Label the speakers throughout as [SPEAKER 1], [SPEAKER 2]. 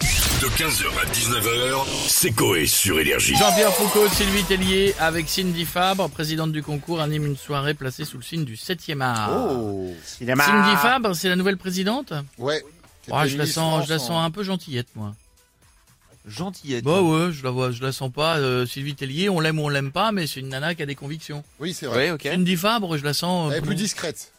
[SPEAKER 1] De 15h à 19h, c'est Coé sur Énergie.
[SPEAKER 2] Jean-Pierre Foucault, Sylvie Tellier, avec Cindy Fabre, présidente du concours, anime une soirée placée sous le signe du 7e art.
[SPEAKER 3] Oh Cinéma
[SPEAKER 2] Cindy Fabre, c'est la nouvelle présidente
[SPEAKER 3] Ouais.
[SPEAKER 2] Oh, Je la sens, je la sens un peu gentillette, moi.
[SPEAKER 4] Gentillette.
[SPEAKER 2] Bah ouais, je la vois, je la sens pas. euh, Sylvie Tellier, on l'aime ou on l'aime pas, mais c'est une nana qui a des convictions.
[SPEAKER 3] Oui, c'est
[SPEAKER 4] Ouais,
[SPEAKER 3] vrai.
[SPEAKER 4] ok.
[SPEAKER 2] Cindy Fabre, je la sens. euh,
[SPEAKER 3] Elle est plus
[SPEAKER 2] plus-
[SPEAKER 3] discrète.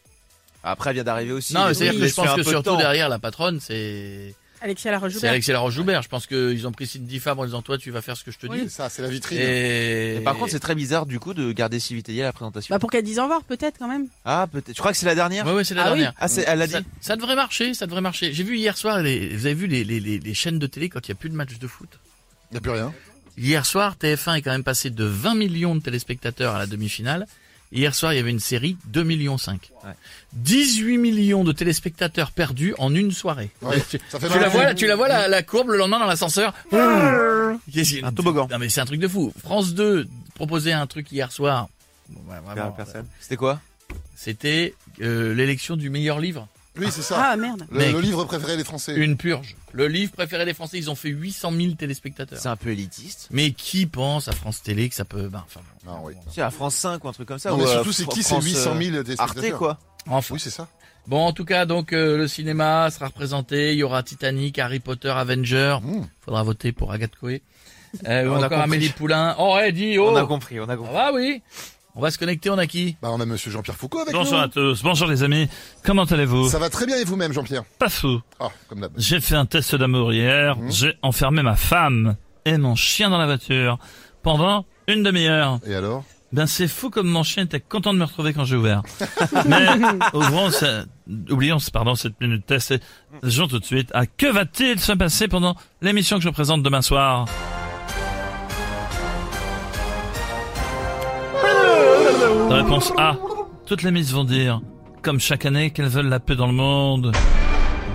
[SPEAKER 4] Après, elle vient d'arriver aussi.
[SPEAKER 2] Non, mais
[SPEAKER 4] donc
[SPEAKER 2] c'est-à-dire
[SPEAKER 4] il
[SPEAKER 2] que
[SPEAKER 4] laisse
[SPEAKER 2] je pense
[SPEAKER 4] faire un
[SPEAKER 2] que
[SPEAKER 4] peu de
[SPEAKER 2] surtout
[SPEAKER 4] temps.
[SPEAKER 2] derrière la patronne, c'est
[SPEAKER 5] Alexia
[SPEAKER 2] c'est
[SPEAKER 5] Laroche-Joubert.
[SPEAKER 2] Alexia Laroche-Joubert. Je pense qu'ils ont pris Cindy Fabre en disant toi, tu vas faire ce que je te dis.
[SPEAKER 3] C'est Ça, c'est la vitrine.
[SPEAKER 2] Et...
[SPEAKER 4] Mais par contre, c'est très bizarre du coup de garder si vite à la présentation.
[SPEAKER 5] Bah pour qu'elle dise au revoir peut-être quand même.
[SPEAKER 4] Ah, peut-être. Tu crois que c'est la dernière
[SPEAKER 2] ouais, ouais, c'est la
[SPEAKER 4] Ah oui.
[SPEAKER 2] dernière.
[SPEAKER 4] Ah, c'est- elle l'a dit.
[SPEAKER 2] Ça, ça devrait marcher, ça devrait marcher. J'ai vu hier soir, les, vous avez vu les, les, les, les chaînes de télé quand il n'y a plus de match de foot
[SPEAKER 3] Il n'y a plus rien.
[SPEAKER 2] Hier soir, TF1 est quand même passé de 20 millions de téléspectateurs à la demi-finale. Hier soir, il y avait une série 2 millions 5.
[SPEAKER 4] Ouais.
[SPEAKER 2] 18 millions de téléspectateurs perdus en une soirée.
[SPEAKER 3] Ouais, ça fait
[SPEAKER 2] Tu
[SPEAKER 3] mal.
[SPEAKER 2] la vois, là, tu la vois la, la courbe le lendemain dans l'ascenseur. Qu'est-ce qu'il y a
[SPEAKER 4] Mmh. Un toboggan.
[SPEAKER 2] Non mais c'est un truc de fou. France 2 proposait un truc hier soir. Bon, bah,
[SPEAKER 4] Vers
[SPEAKER 2] vraiment,
[SPEAKER 4] Ah, personne. C'était quoi
[SPEAKER 2] C'était euh, l'élection du meilleur livre.
[SPEAKER 3] Oui, c'est ça.
[SPEAKER 5] Ah merde.
[SPEAKER 3] Le,
[SPEAKER 2] mec.
[SPEAKER 3] le livre préféré des Français.
[SPEAKER 2] Une purge. Le livre préféré des Français, ils ont fait 800 000 téléspectateurs.
[SPEAKER 4] C'est un peu élitiste.
[SPEAKER 2] Mais qui pense à France Télé que ça peut... ben, enfin, bon.
[SPEAKER 3] Non, oui.
[SPEAKER 4] C'est à France 5 ou un truc comme ça.
[SPEAKER 3] Non,
[SPEAKER 4] ou,
[SPEAKER 3] mais
[SPEAKER 4] euh,
[SPEAKER 3] surtout, c'est qui ces
[SPEAKER 4] France,
[SPEAKER 3] 800
[SPEAKER 4] euh,
[SPEAKER 3] 000 des
[SPEAKER 4] Arte quoi.
[SPEAKER 2] Enfin.
[SPEAKER 3] Oui, c'est ça.
[SPEAKER 2] Bon, en tout cas, donc euh, le cinéma sera représenté. Il y aura Titanic, Harry Potter, Avenger.
[SPEAKER 3] Mmh.
[SPEAKER 2] Faudra voter pour Agathe Coé. Euh, ou
[SPEAKER 4] Hmm. On a
[SPEAKER 2] encore
[SPEAKER 4] compris.
[SPEAKER 2] Amélie Poulain. Oh, eh, dis, oh
[SPEAKER 4] On a compris, on a
[SPEAKER 2] Ah
[SPEAKER 4] compris.
[SPEAKER 2] bah oui On va se connecter, on a qui
[SPEAKER 3] Bah, on a monsieur Jean-Pierre Foucault avec
[SPEAKER 6] Bonjour à tous, bonjour les amis, comment
[SPEAKER 3] nous.
[SPEAKER 6] allez-vous
[SPEAKER 3] Ça va très bien et vous-même, Jean-Pierre
[SPEAKER 6] Pas fou,
[SPEAKER 3] Ah, comme d'hab.
[SPEAKER 6] j'ai fait un test d'amour hier,
[SPEAKER 4] Hmm.
[SPEAKER 3] Mhm.
[SPEAKER 6] j'ai enfermé ma femme et mon chien dans la voiture pendant une demi-heure.
[SPEAKER 3] Et alors
[SPEAKER 6] Ben c'est fou comme mon chien était content de me retrouver quand j'ai ouvert. Mais ouvrons ce- oublions ce- pardon, cette minute test et disons tout de suite à que va-t-il se passer pendant l'émission que je présente demain soir Réponse A. Toutes les Miss vont dire, comme chaque année, qu'elles veulent la paix dans le monde.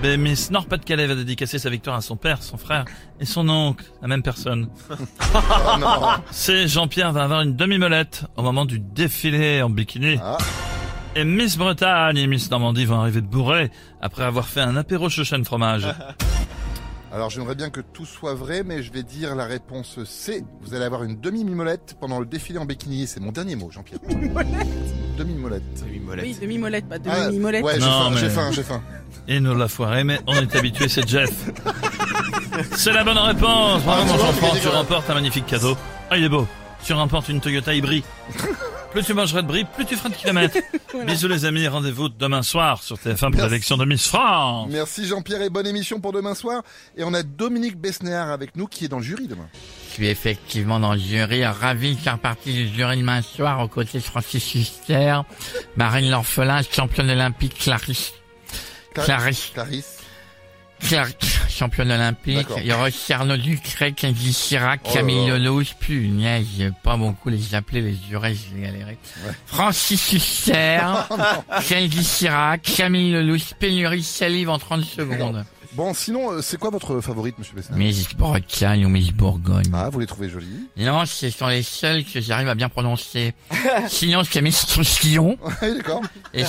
[SPEAKER 6] B. Miss Nord-Pas-de-Calais va dédicacer sa victoire à son père, son frère et son oncle, la même personne.
[SPEAKER 3] Ah non
[SPEAKER 6] C. Jean-Pierre va avoir une demi-molette au moment du défilé en bikini.
[SPEAKER 3] Ah.
[SPEAKER 6] Et Miss Bretagne et Miss Normandie vont arriver de bourré après avoir fait un apéro chouchen fromage.
[SPEAKER 3] Alors, j'aimerais bien que tout soit vrai, mais je vais dire la réponse C. Vous allez avoir une demi-mimolette pendant le défilé en bikini. C'est mon dernier mot, Jean-Pierre. Demi-mimolette.
[SPEAKER 5] Oui, demi-molette, pas
[SPEAKER 3] Ah,
[SPEAKER 5] demi-molette.
[SPEAKER 3] Ouais, j'ai
[SPEAKER 6] Non,
[SPEAKER 3] faim,
[SPEAKER 6] mais-
[SPEAKER 3] j'ai faim, j'ai faim.
[SPEAKER 6] Et nous l'a foiré, mais on est habitué, c'est Jeff. C'est la bonne réponse. Bravo,
[SPEAKER 3] Ah,
[SPEAKER 6] mon
[SPEAKER 3] tu vois, tu
[SPEAKER 6] enfant,
[SPEAKER 3] gagnes
[SPEAKER 6] tu
[SPEAKER 3] quand même.
[SPEAKER 6] remportes un magnifique cadeau. Ah, il est beau. Tu remportes une Toyota Hybrid. Plus tu mangeras de brie, plus tu feras de kilomètres. Bisous les amis, rendez-vous demain soir sur TF1 pour
[SPEAKER 3] Merci.
[SPEAKER 6] l'élection de Miss France.
[SPEAKER 3] Merci Jean-Pierre et bonne émission pour demain soir. Et on a Dominique Besnéard avec nous qui est dans le jury demain.
[SPEAKER 2] Je suis effectivement dans le jury, ravi de faire partie du jury demain soir aux côtés de Francis Huster, Marine L'Orphelin, championne olympique Clarisse.
[SPEAKER 3] Clar-
[SPEAKER 2] Clarisse.
[SPEAKER 3] Clarisse.
[SPEAKER 2] Clarisse, championne olympique.
[SPEAKER 3] D'accord.
[SPEAKER 2] Il y aura aussi Arnaud Ducret, Kenji Chirac,
[SPEAKER 3] Oh là
[SPEAKER 2] Camille
[SPEAKER 3] là.
[SPEAKER 2] Lelouch, punaise, j'ai pas beaucoup les appeler, les jurés, j'ai galéré. Francis Huster,
[SPEAKER 3] Oh
[SPEAKER 2] Kenji Chirac, Camille Lelouch, pénurie salive en 30 secondes.
[SPEAKER 3] Bon, sinon, euh, c'est quoi votre favorite, monsieur Besnéard
[SPEAKER 2] Miss Bretagne ou Miss Bourgogne.
[SPEAKER 3] Ah, vous les trouvez jolies.
[SPEAKER 2] Non, ce sont les seuls que j'arrive à bien prononcer. Sinon, c'est Miss Troustillon
[SPEAKER 3] Oui, d'accord.
[SPEAKER 2] et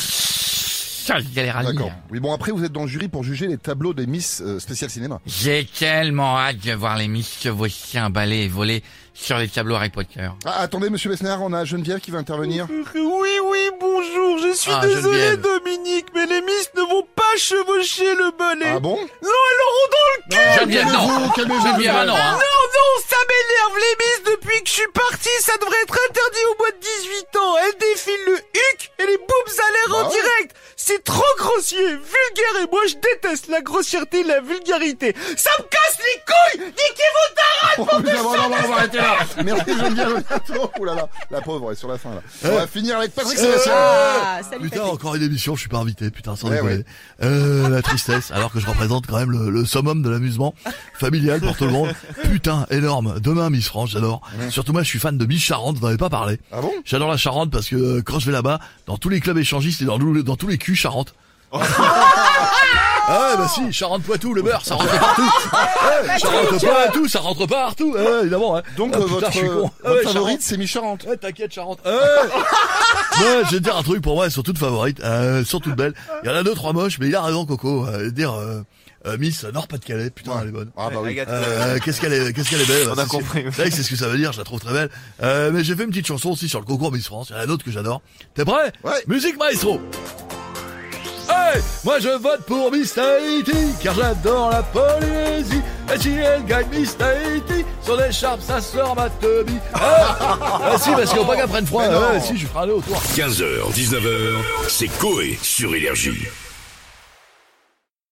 [SPEAKER 2] ça, je galère à
[SPEAKER 3] D'accord.
[SPEAKER 2] lire.
[SPEAKER 3] Oui, bon, après, vous êtes dans le jury pour juger les tableaux des Miss euh, Spécial Cinéma.
[SPEAKER 2] J'ai tellement hâte de voir les Miss chevaucher un balai et voler sur les tableaux Harry Potter.
[SPEAKER 3] Ah, attendez, monsieur Besnéard, on a Geneviève qui va intervenir.
[SPEAKER 4] Oui, oui, bonjour, je suis
[SPEAKER 2] Ah,
[SPEAKER 4] désolé
[SPEAKER 2] Geneviève.
[SPEAKER 4] Dominique, mais les Miss ne vont pas chevaucher le balai.
[SPEAKER 3] Ah bon
[SPEAKER 2] Geneviève, non
[SPEAKER 3] Calmez-vous, calmez-vous.
[SPEAKER 2] Geneviève, ah non, hein.
[SPEAKER 4] Non, non, ça m'énerve les Miss depuis que je suis parti, ça devrait être interdit au moins de 18 ans. Elles défilent le huc et les boobs à l'air
[SPEAKER 3] Bah
[SPEAKER 4] en
[SPEAKER 3] ouais.
[SPEAKER 4] direct. C'est trop grossier, vulgaire et moi je déteste la grossièreté et la vulgarité. Ça me casse les couilles Niquez-vous
[SPEAKER 3] Oh, putain, bon, non, non, on va arrêter là. Merci Geneviève, à bientôt. Ouh là là, la pauvre elle est sur la fin là.
[SPEAKER 7] Euh.
[SPEAKER 3] On va finir avec Patrick Sébastien.
[SPEAKER 5] Ah, salut
[SPEAKER 7] Putain,
[SPEAKER 5] Patrick.
[SPEAKER 7] encore une émission, je suis pas invité, putain, sans
[SPEAKER 3] Eh
[SPEAKER 7] déconner.
[SPEAKER 3] Ouais, ouais.
[SPEAKER 7] Euh, la tristesse, alors que je représente quand même le, le summum de l'amusement familial pour tout le monde. Putain, énorme. Demain, Miss France, j'adore. Surtout moi, je suis fan de Miss Charente, vous n'en avez pas parlé.
[SPEAKER 3] Ah bon
[SPEAKER 7] J'adore la Charente parce que euh, quand je vais là-bas, dans tous les clubs échangistes et dans, tous les- dans tous les culs Charente. Ah ouais, bah si, Charente-Poitou, le beurre, ça rentre partout. Ouais, Charente-Poitou, ça rentre partout. Ouais, évidemment. ouais.
[SPEAKER 3] Donc
[SPEAKER 7] Ah,
[SPEAKER 3] euh,
[SPEAKER 7] putain,
[SPEAKER 3] votre,
[SPEAKER 7] je suis
[SPEAKER 3] euh,
[SPEAKER 7] con. Ah
[SPEAKER 3] votre
[SPEAKER 7] Ouais,
[SPEAKER 3] favorite, c'est Micharente.
[SPEAKER 7] Ouais, t'inquiète, Charente. Ouais. Ouais, je vais te dire un truc pour moi, elles sont toutes favorites, euh, elles sont toutes belles. Il y en a deux, trois moches, mais il a raison, Coco. euh, dire, euh, Euh, Miss Nord-Pas-de-Calais, putain,
[SPEAKER 3] Ouais.
[SPEAKER 7] elle est bonne.
[SPEAKER 3] Ah bah oui.
[SPEAKER 4] Agathe.
[SPEAKER 7] Euh, qu'est-ce qu'elle est, qu'est-ce qu'elle est belle.
[SPEAKER 4] On
[SPEAKER 7] bah,
[SPEAKER 4] a
[SPEAKER 7] c'est-
[SPEAKER 4] compris.
[SPEAKER 7] C'est c'est vrai que c'est ce que ça veut dire, je la trouve très belle. Euh, mais j'ai fait une petite chanson aussi sur le concours Miss France, il y en a d'autres que j'adore. T'es prêt
[SPEAKER 3] Ouais.
[SPEAKER 7] Musique maestro Hey Moi je vote pour Miss Tahiti, car j'adore la Polynésie. Et si elle gagne Miss Tahiti, son écharpe, sa sort ma tebi. Ah, Ah si, parce qu'il faut pas qu'elle prenne froid.
[SPEAKER 3] Mais non.
[SPEAKER 7] Ah, si, je ferai aller au toit.
[SPEAKER 1] 15h, 19h, c'est Coé sur Énergie.